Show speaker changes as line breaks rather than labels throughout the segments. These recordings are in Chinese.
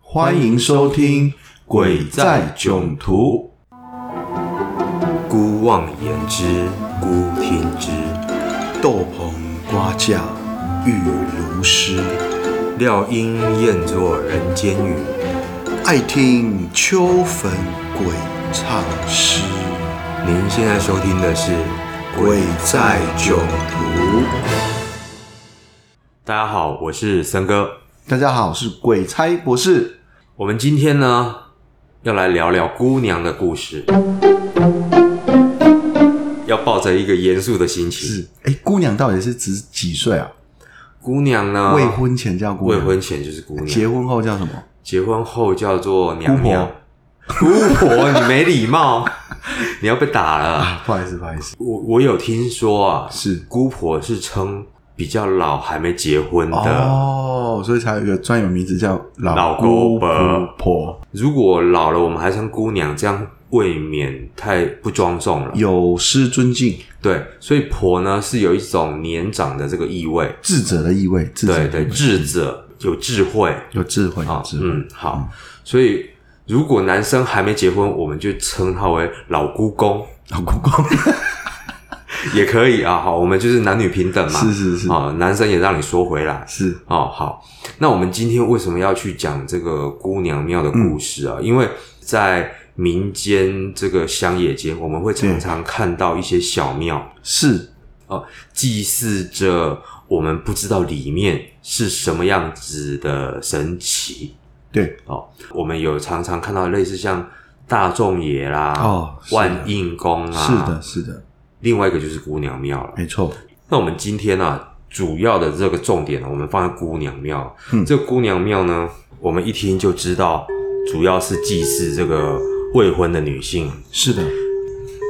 欢迎收听《鬼在囧途
姑妄言之，姑听之。
豆棚瓜架雨如诗，
料应厌作人间语，
爱听秋坟鬼唱诗。
您现在收听的是《
鬼在囧途》。
大家好，我是森哥。》。
大家好，我是鬼差博士。
我们今天呢，要来聊聊姑娘的故事，要抱着一个严肃的心情。
是，哎，姑娘到底是指几岁啊？
姑娘呢，
未婚前叫姑
未
娘，
婚前就是姑娘，
结婚后叫什么？
结婚后叫做娘
姑
娘
婆。
姑婆，你没礼貌， 你要被打了。
啊不好意思，不好意思，
我我有听说啊，
是
姑婆是称比较老还没结婚的。
哦，所以才有一个专有名字叫
老
老
姑
姑
婆
婆，
如果老了我们还称姑娘，这样未免太不庄重了。
有失尊敬、
对，所以婆呢是有一种年长的这个意味，
智者的意味，智者的
对
意味
对，智者有智慧
有智慧，有
啊，
智慧。
嗯，好，所以。如果男生还没结婚，我们就称他为老姑公，
老姑公
也可以啊。好，我们就是男女平等 嘛。
是是是
啊，男生也让你说回来。
是
哦，好，那我们今天为什么要去讲这个姑娘庙的故事
嗯
啊？因为在民间这个乡野间，我们会常
对
常看到一些小庙
是，
祭祀着我们不知道里面是什么样子的神奇。
对，
我们有常常看到类似像大众爷啦、
哦是的
啊万应宫啊，
是的，，是的，
另外一个就是姑娘庙了。
没错，
那我们今天呢、啊，主要的这个重点呢，啊我们放在姑娘庙。
嗯
这个姑娘庙呢，我们一听就知道，主要是祭祀这个未婚的女性。
是的，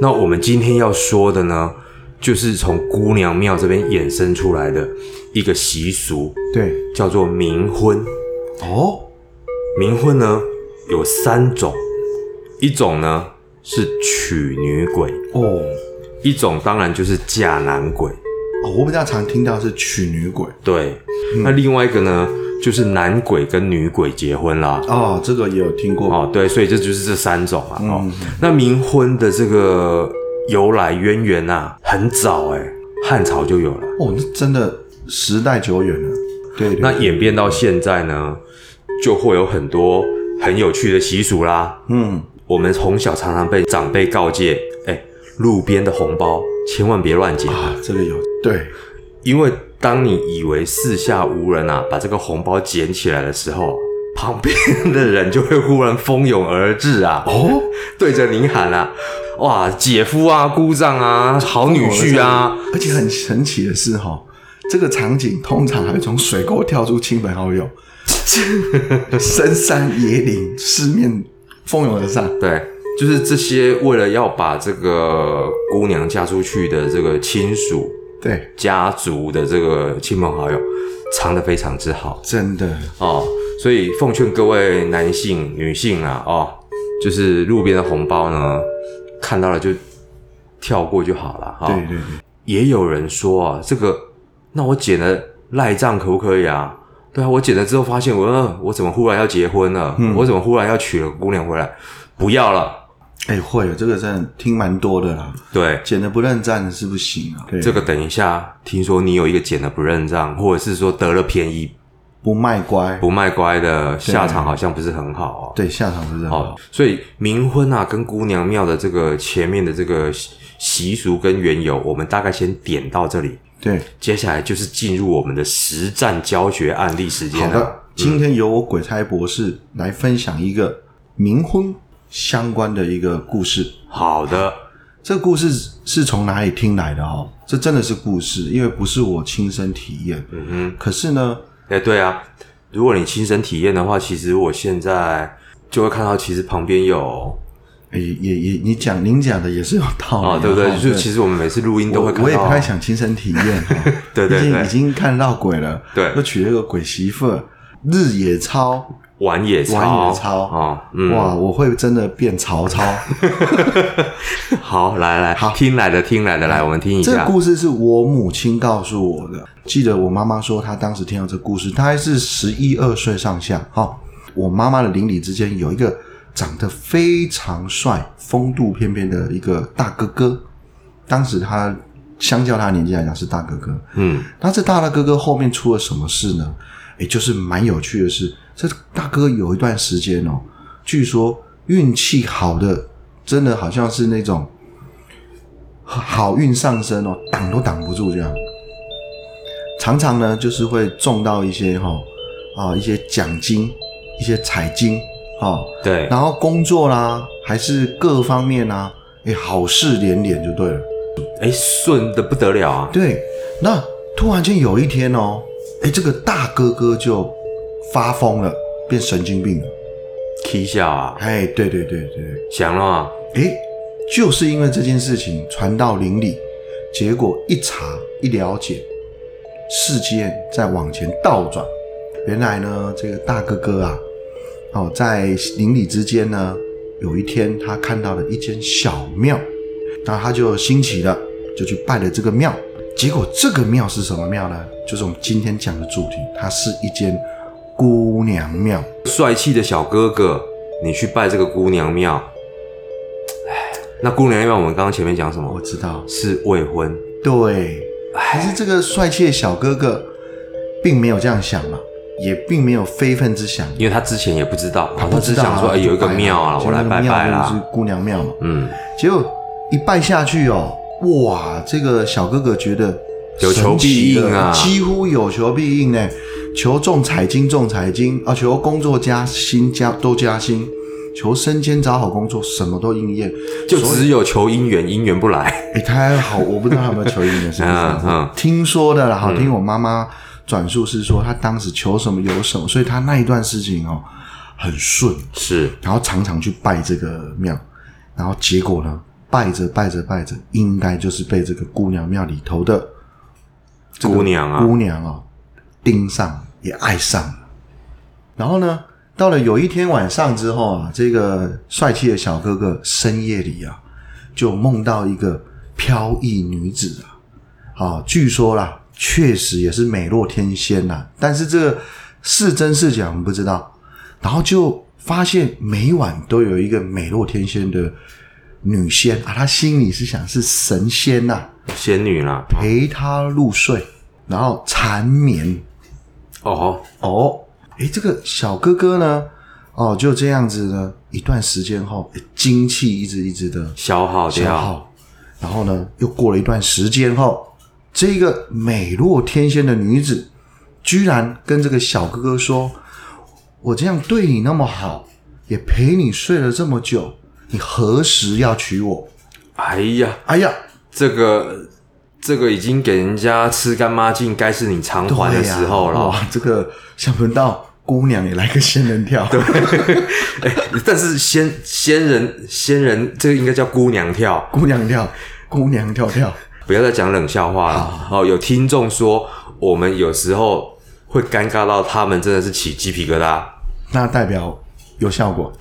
那我们今天要说的呢，就是从姑娘庙这边衍生出来的一个习俗，
对，
叫做冥婚。
哦，
冥婚呢有三种，一种呢是娶女鬼，
哦。
一种当然就是嫁男鬼。
哦，我比较常听到是娶女鬼
对，
嗯
那另外一个呢，就是男鬼跟女鬼结婚啦。
哦，这个也有听过
哦，对，所以这就是这三种啊。哦
嗯，
那冥婚的这个由来渊源啊，很早哎、汉朝就有了。
哦，那真的时代久远了，对对
那演变到现在呢，就会有很多很有趣的习俗啦。
嗯，
我们从小常常被长辈告诫，哎、路边的红包千万别乱捡，
啊，这个有对，
因为当你以为四下无人啊，把这个红包捡起来的时候，旁边的人就会忽然蜂拥而至啊，
哦，
对着您喊啊，哇，姐夫啊，姑丈啊，好女婿啊，
而且很神奇的是哈、这个场景通常还会从水沟跳出亲朋好友， 深山野岭，四面蜂拥而上，
对，就是这些为了要把这个姑娘嫁出去的这个亲属、
对，
家族的这个亲朋好友，藏得非常之好。
真的
哦，所以奉劝各位男性、女性啊，哦，就是路边的红包呢，看到了就跳过就好了哈、
对对对，
也有人说啊，这个那我捡了赖账可不可以啊？对啊，我捡了之后发现我，呃我怎么忽然要结婚了？
嗯
我怎么忽然要娶了姑娘回来？不要了，
哎、会有这个真的听蛮多的啦，
对。
剪的不认账的是不行啊，对
这个等一下，听说你有一个捡了不认账，或者是说得了便宜
不卖乖，
不卖乖的下场，好像不是很好哦。
对，下场不是很好，，
哦所以冥婚啊，跟姑娘庙的这个前面的这个习习俗跟缘由，我们大概先点到这里。
对。
接下来就是进入我们的实战教学案例时间
好
了。嗯
的，今天由我鬼差博士来分享一个冥婚相关的一个故事。
好的，
这个故事是从哪里听来的哦？这真的是故事，因为不是我亲身体验。
嗯
可是呢，
哼，哎，对啊，如果你亲身体验的话，其实我现在就会看到，其实旁边有
哎也也也，你讲您讲的也是有道理
啊、
的
对不对？
哦
就是其实我们每次录音都会
我
看到，
我也不太想亲身体验哈，
对对
毕竟
对
已经看到鬼了，
对
又娶了个鬼媳妇，日野超，
玩野操，
玩野操
哦，嗯，
哇，我会真的变曹操。
好，来来，
好
听来的听来的，来，我们听一
这个
下，
故事是我母亲告诉我的。记得我妈妈说，她当时听到这故事，大概是十一二岁上下。哈、我妈妈的邻里之间有一个长得非常帅、风度翩翩的一个大哥哥，当时他相较他的年纪来讲是大哥哥，
嗯，
那这大大哥哥后面出了什么事呢？也就是蛮有趣的是，这大哥有一段时间哦，据说运气好的，真的好像是那种好运上升哦，挡都挡不住这样。常常呢，就是会中到一些哈、哦、啊一些奖金、一些彩金哦，
对，
然后工作啦，还是各方面啊，哎，好事连连就对了。
哎，顺的不得了啊，
对，那突然间有一天哦，哎，这个大哥哥就发疯了，变神经病了。
踢下啊，
哎，对对对对，
想了啊，
哎，就是因为这件事情传到邻里，结果一查一了解，事件再往前倒转，原来呢，这个大哥哥啊，哦，在邻里之间呢，有一天他看到了一间小庙，那他就新奇了，就去拜了这个庙。结果这个庙是什么庙呢？就是我们今天讲的主题，它是一间姑娘庙。
帅气的小哥哥，你去拜这个姑娘庙，哎，那姑娘庙我们刚刚前面讲什
我
么？
知道，
是未婚，
对，还是这个帅气的小哥哥，并没有这样想嘛，也并没有非分之想，
因为他之前也不知道，
他
啊
不
只
知道、
想说，哎，有一个庙啊，
就
我来
那个
拜拜
庙就是
啦，
姑娘庙嘛。
嗯，
结果一拜下去哦，哇，这个小哥哥觉得
有求必应啊
神奇了几乎有求必应呢，求中彩金中彩金啊，求工作加薪加都加薪，求升迁找好工作，什么都应验，
就只有求姻缘，姻缘不来，
哎、他好，我不知道他有没有求姻缘，是不是？
嗯嗯
听说的啦，好，听我妈妈转述是说，她当时求什么有什么，所以她那一段事情哦很顺，
是
然后常常去拜这个庙，然后结果呢，拜着拜着拜着，应该就是被这个姑娘庙里头的这个
姑娘啊
姑娘哦盯上了，也爱上了。然后呢，到了有一天晚上之后啊，这个帅气的小哥哥深夜里啊，就梦到一个飘逸女子啊，啊，据说啦，确实也是美若天仙呐、但是这个是真是假我们不知道。然后就发现每晚都有一个美若天仙的女仙啊，他心里是想是神仙呐、
仙女啦，
陪他入睡，然后缠绵
哦，
哦，诶，这个小哥哥呢，哦，就这样子呢，一段时间后，诶精气一直一直的
消耗
消
掉，
耗，然后呢，又过了一段时间后，这个美若天仙的女子，居然跟这个小哥哥说：“我这样对你那么好，也陪你睡了这么久，你何时要娶我
哎呀，？”
哎呀，
这个这个已经给人家吃干抹净，该是你偿还的
对呀哦
时候了。
哇，这个想不到姑娘也来个仙人 跳，对，
哎， 但是仙仙人仙人，这个应该叫姑娘跳，
姑娘跳，姑娘跳跳，
不要再讲冷笑话了。哦，有听众说，我们有时候会尴尬到他们真的是起鸡皮疙瘩，
那代表有效果。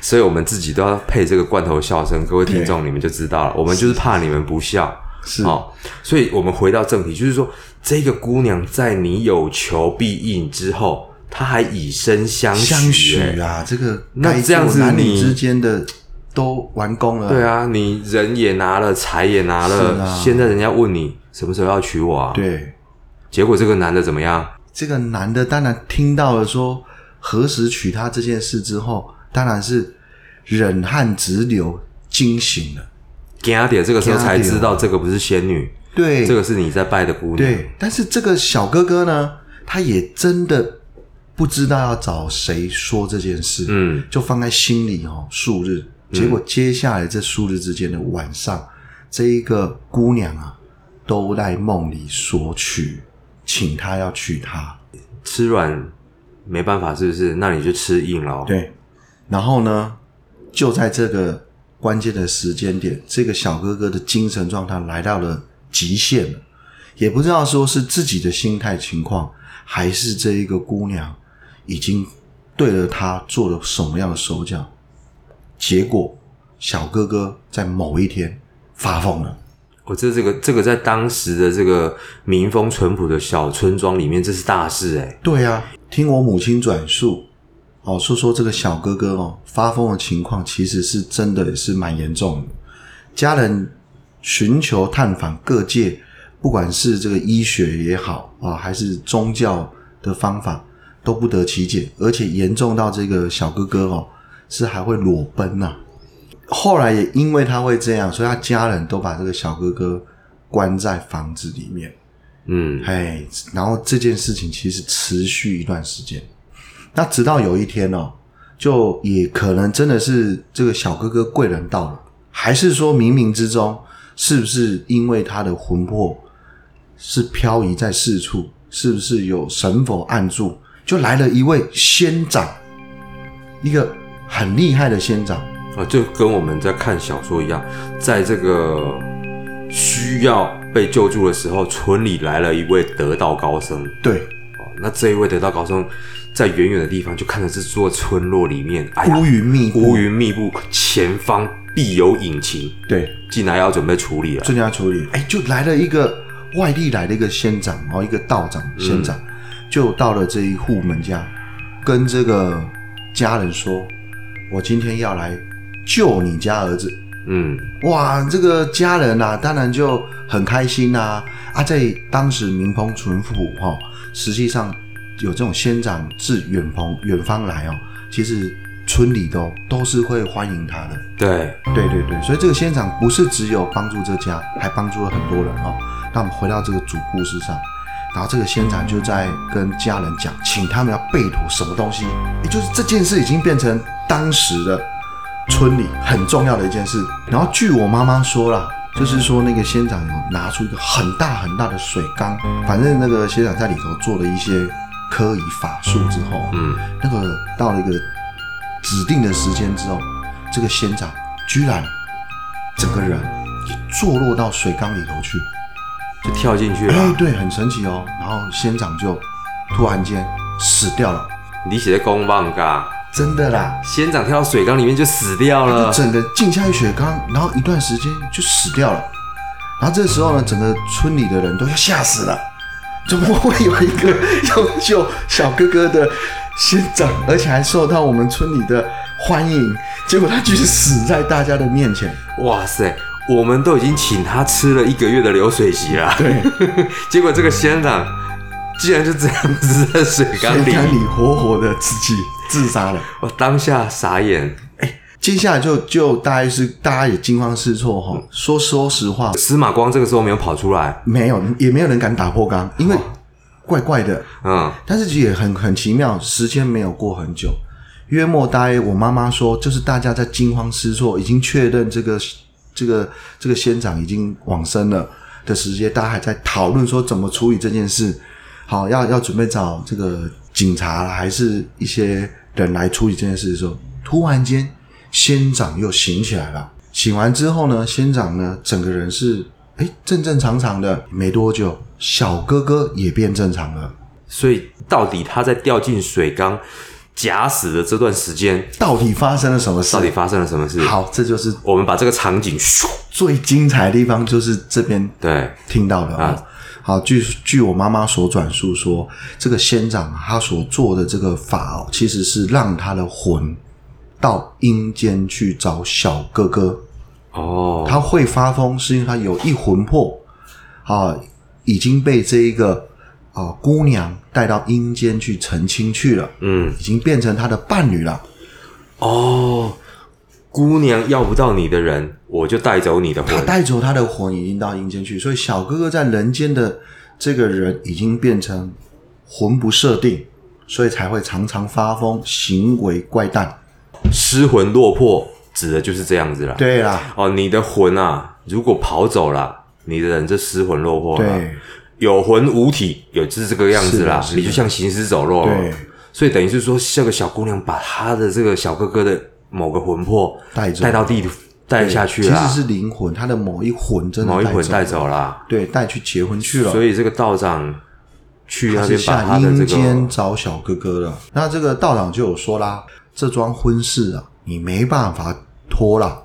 所以我们自己都要配这个罐头笑声。各位听众，你们就知道了，我们就是怕你们不笑。
是
哦，所以我们回到正题，就是说，这个姑娘在你有求必应之后，她还以身相许、
相许
哎
啊，这个
那
该
这样
做
子
男女
你
之间的都完工了，
对啊，你人也拿了，财也拿
是
了，
啊
现在人家问你什么时候要娶我啊？，
对，
结果这个男的怎么样？
这个男的当然听到了说何时娶她这件事之后，当然是忍汗直流，惊醒了。
阿点这个时候才
惊到
知道，这个不是仙女，
对，
这个是你在拜的姑娘。
对，但是这个小哥哥呢，他也真的不知道要找谁说这件事，
嗯，
就放在心里哦，数日。结果接下来这数日之间的晚上，这一个姑娘啊，都在梦里索取，请他要娶她。
吃软没办法，是不是？那你就吃硬了。，
对，然后呢，就在这个关键的时间点，这个小哥哥的精神状态来到了极限了，也不知道说是自己的心态情况，还是这一个姑娘已经对了他做了什么样的手脚，结果小哥哥在某一天发疯了。
我这这个这个在当时的这个民风淳朴的小村庄里面，这是大事哎、
对啊，听我母亲转述，哦，说说这个小哥哥哦发疯的情况，其实是真的也是蛮严重的。家人寻求探访各界，不管是这个医学也好啊，还是宗教的方法，都不得其解，而且严重到这个小哥哥哦是还会裸奔呐、啊后来也因为他会这样，所以他家人都把这个小哥哥关在房子里面。
嗯，
哎，然后这件事情其实持续一段时间，那直到有一天哦，就也可能真的是这个小哥哥贵人到了，还是说冥冥之中，是不是因为他的魂魄是漂移在四处，是不是有神佛按住，就来了一位仙长，一个很厉害的仙长，
啊，就跟我们在看小说一样，在这个需要被救助的时候，村里来了一位得道高僧。
对，
哦，那这一位得道高僧在远远的地方就看着这座村落里面，哎呀，
乌云密布，
乌云密布，前方必有隐情，
对，
进来要准备处理了。
专家处理，哎，就来了一个外地来的一个仙长，哦然后一个道长、仙长，就到了这一户门家，跟这个家人说：“我今天要来救你家儿子。”
嗯，
哇，这个家人呐、当然就很开心呐、啊。在当时民风淳朴哈、哦，实际上有这种仙长自远方远方来哦，其实村里都都是会欢迎他的。
对，
对对对，所以这个仙长不是只有帮助这家，还帮助了很多人哦。那我们回到这个主故事上，然后这个仙长就在跟家人讲，请他们要备妥什么东西，也就是这件事已经变成当时的村里很重要的一件事。然后据我妈妈说啦，就是说那个仙长有拿出一个很大很大的水缸，反正那个仙长在里头做了一些科仪法术之后，
嗯，
那个到了一个指定的时间之后，这个仙长居然整个人坐落到水缸里头去，
就跳进去
哎，
了。
对，很神奇哦。然后仙长就突然间死掉了，
你写的公棒嘎，
真的啦，
仙长跳到水缸里面就死掉了
就。整个浸下去水缸，然后一段时间就死掉了。然后这时候呢，整个村里的人都要吓死了，怎么会有一个要救小哥哥的仙长，而且还受到我们村里的欢迎，结果他居然死在大家的面前？
哇塞，我们都已经请他吃了一个月的流水席了，
对，
结果这个仙长竟然就这样子在水缸
水
里，
缸里活活的自己自杀了。
我当下傻眼。
接下来就就大概是大家也惊慌失措哈、说说实话，
司马光这个时候没有跑出来，
没有也没有人敢打破缸，因为怪怪的。
嗯，
但是其实也很很奇妙，时间没有过很久，约莫大约我妈妈说，就是大家在惊慌失措，已经确认这个这个这个仙长已经往生了的时间，大家还在讨论说怎么处理这件事。好，要要准备找这个警察啦，还是一些人来处理这件事的时候，突然间仙长又醒起来了。醒完之后呢，仙长呢整个人是哎正正常常的，没多久小哥哥也变正常了。
所以到底他在掉进水缸假死的这段时间，
到底发生了什么事？
到底发生了什么事？，
好，这就是
我们把这个场景，咻
最精彩的地方，就是这边
对，
听到的啊
啊。
好，据据我妈妈所转述说，这个仙长啊他所做的这个法哦，其实是让他的魂到阴间去找小哥哥。
哦，
他会发疯，是因为他有一魂魄啊，已经被这一个啊姑娘带到阴间去成亲去了，
嗯，
已经变成他的伴侣了。
哦，姑娘要不到你的人，我就带走你的
他
魂。
带走他的魂已经到阴间去，所以小哥哥在人间的这个人已经变成魂不设定，所以才会常常发疯，行为怪诞。
失魂落魄指的就是这样子啦。，
对啦，
哦，你的魂啊，如果跑走了，你的人就失魂落魄了。
对，
有魂无体，有就是这个样子
是
啦
的是，的
你就像行尸走肉
对
了。所以等于是说，这个小姑娘把她的这个小哥哥的某个魂魄
带走
带到地带下去
其
啦
实，是灵魂，他的某一魂真的
某一魂
走
带走啦。
对，带去结婚去了。
所以这个道长去
他
那
是
边把
下
他的
阴
这个
间找小哥哥了。那这个道长就有说啦，这桩婚事啊，你没办法拖了，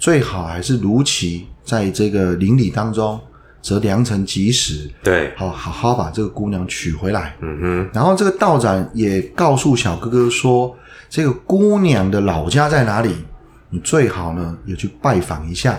最好还是如期在这个邻里当中则良辰吉时，
对，
好好好把这个姑娘娶回来。
嗯哼，
然后这个道长也告诉小哥哥说，这个姑娘的老家在哪里？你最好呢也去拜访一下，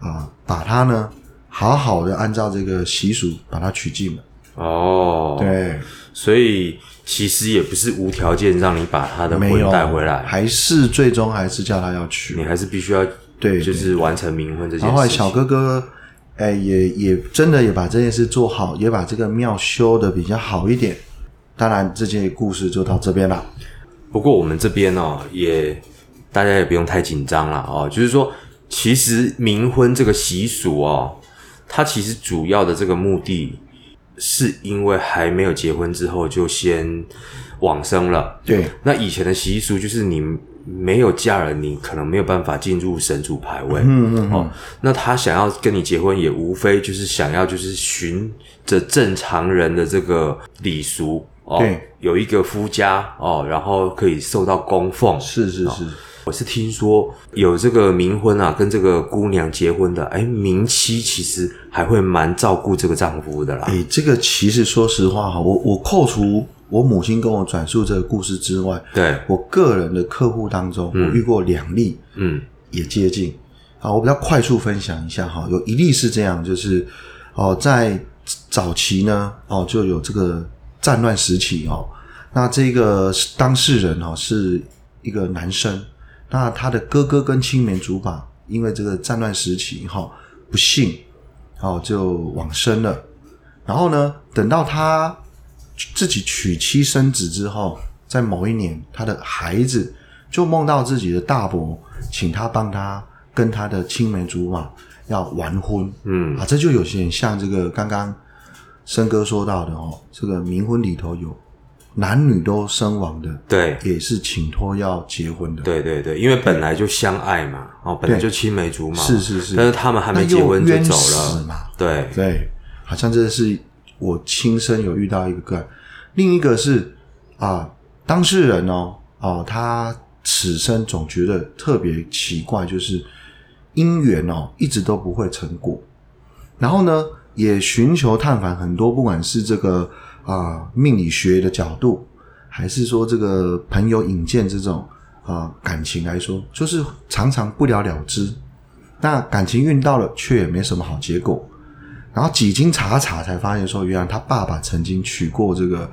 啊，把她呢好好的按照这个习俗把她娶进门。
哦，，
对，
所以其实也不是无条件让你把他的
没
婚
有
带回来，
还是最终还是叫她要
你
娶。
还是必须要
对
就是完成冥婚这件
然后后来
事情。
小哥哥，哎，也也真的也把这件事做好，也把这个庙修的比较好一点。当然，这件故事就到这边了。
不过我们这边哦，也大家也不用太紧张了哦。就是说，其实冥婚这个习俗哦，它其实主要的这个目的，是因为还没有结婚之后就先往生了。
对，
那以前的习俗就是你没有嫁人，你可能没有办法进入神主牌位。
嗯嗯嗯，
哦，那他想要跟你结婚，也无非就是想要就是循着正常人的这个礼俗哦
对，
有一个夫家哦，然后可以受到供奉。
是是是，
我是听说有这个冥婚啊，跟这个姑娘结婚的，哎，冥妻其实还会蛮照顾这个丈夫的啦。
哎，这个其实说实话哈，我我扣除我母亲跟我转述这个故事之外，
对，
我个人的客户当中，我
嗯
遇过两例
嗯，
也接近。啊，我比较快速分享一下哈，有一例是这样，就是哦，在早期呢，哦就有这个战乱时期哦，那这个当事人哦是一个男生，那他的哥哥跟青梅竹马因为这个战乱时期哈、哦、不幸哦就往生了，然后呢，等到他自己娶妻生子之后，在某一年，他的孩子就梦到自己的大伯请他帮他跟他的青梅竹马要完婚，
嗯
啊，这就有些像这个刚刚森哥说到的哦，这个冥婚里头有男女都身亡的，
对，
也是请托要结婚的，，
对对对，因为本来就相爱嘛，哦，本来
对
就青梅竹马，
是是是，
但是他们还没
那
结
又
婚就
冤
走
死
了，
嘛，
对，
对，好像这是我亲身有遇到一个个案。另一个是啊，当事人哦，哦，他此生总觉得特别奇怪，就是姻缘哦，一直都不会成果。然后呢，也寻求探访很多，不管是这个啊、命理学的角度，还是说这个朋友引荐这种啊、感情来说，就是常常不了了之。那感情运到了，却也没什么好结果。然后几经查查，才发现说，原来他爸爸曾经娶过这个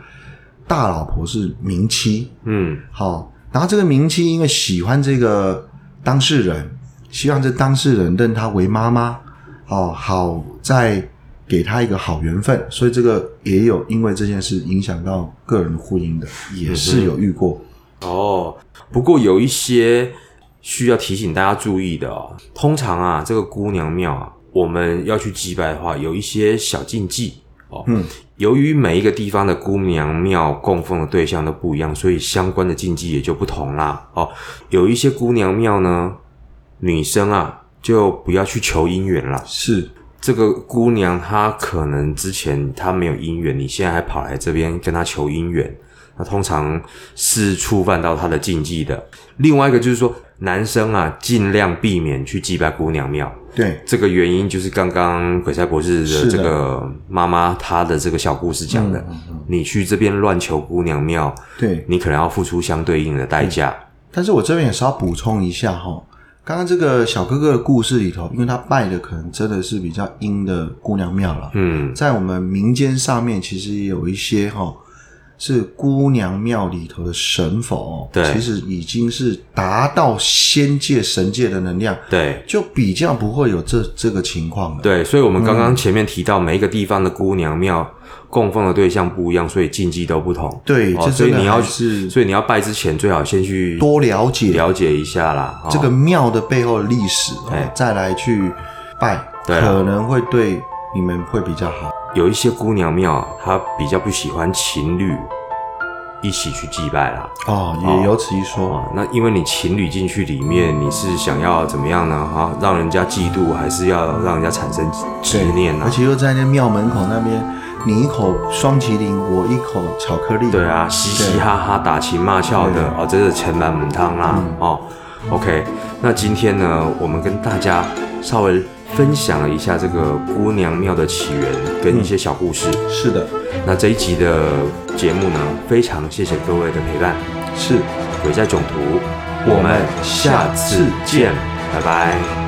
大老婆是明妻，
嗯，
好、然后这个明妻因为喜欢这个当事人，希望这当事人认她为妈妈，哦，好再给她一个好缘分，所以这个也有因为这件事影响到个人的婚姻的，也是有遇过。
哦，不过有一些需要提醒大家注意的哦。通常啊，这个姑娘庙啊，我们要去祭拜的话，有一些小禁忌哦。
嗯，
由于每一个地方的姑娘庙供奉的对象都不一样，所以相关的禁忌也就不同啦。哦，有一些姑娘庙呢，女生啊就不要去求姻缘啦。
是，
这个姑娘她可能之前她没有姻缘，你现在还跑来这边跟她求姻缘，那通常是触犯到她的禁忌的。另外一个就是说，男生啊，尽量避免去祭拜姑娘庙。
对，
这个原因就是刚刚鬼差博士
是
的
的嗯
这个妈妈她的这个小故事讲的，你去这边乱求姑娘庙，
对。
你可能要付出相对应的代价。
但是我这边也是要补充一下哈、刚刚这个小哥哥的故事里头，因为他拜的可能真的是比较阴的姑娘庙了，
嗯，
在我们民间上面，其实也有一些哈、是姑娘庙里头的神佛、哦，
对
其实已经是达到仙界、神界的能量，
对。
就比较不会有这这个情况了。，
对，所以我们刚
嗯
刚前面提到，每一个地方的姑娘庙供奉的对象不一样，所以禁忌都不同。
对
哦
这
所以
真的
你要
还是
所以你要拜之前，最好先去
多了解
了解一下啦。哦
这个庙的背后的历史、哦
哎
再来去拜，
对啊
可能会对你们会比较好。
有一些姑娘庙啊，她比较不喜欢情侣一起去祭拜啦。
哦，也有此一说。
哦，那因为你情侣进去里面，你是想要怎么样呢？哈、让人家嫉妒，还是要让人家产生执
对
念呢、啊
而且又在那庙门口那边，你一口双麒麟，我一口巧克力。
对啊，嘻嘻哈哈、打情骂俏的
对
哦，真是全满母汤啦、哦。OK，那今天呢，我们跟大家稍微分享了一下这个姑娘庙的起源跟一些小故事。
是的，
那这一集的节目呢，非常谢谢各位的陪伴，
是。
鬼在囧途，
我
我们
们
下
下次
次见，拜拜。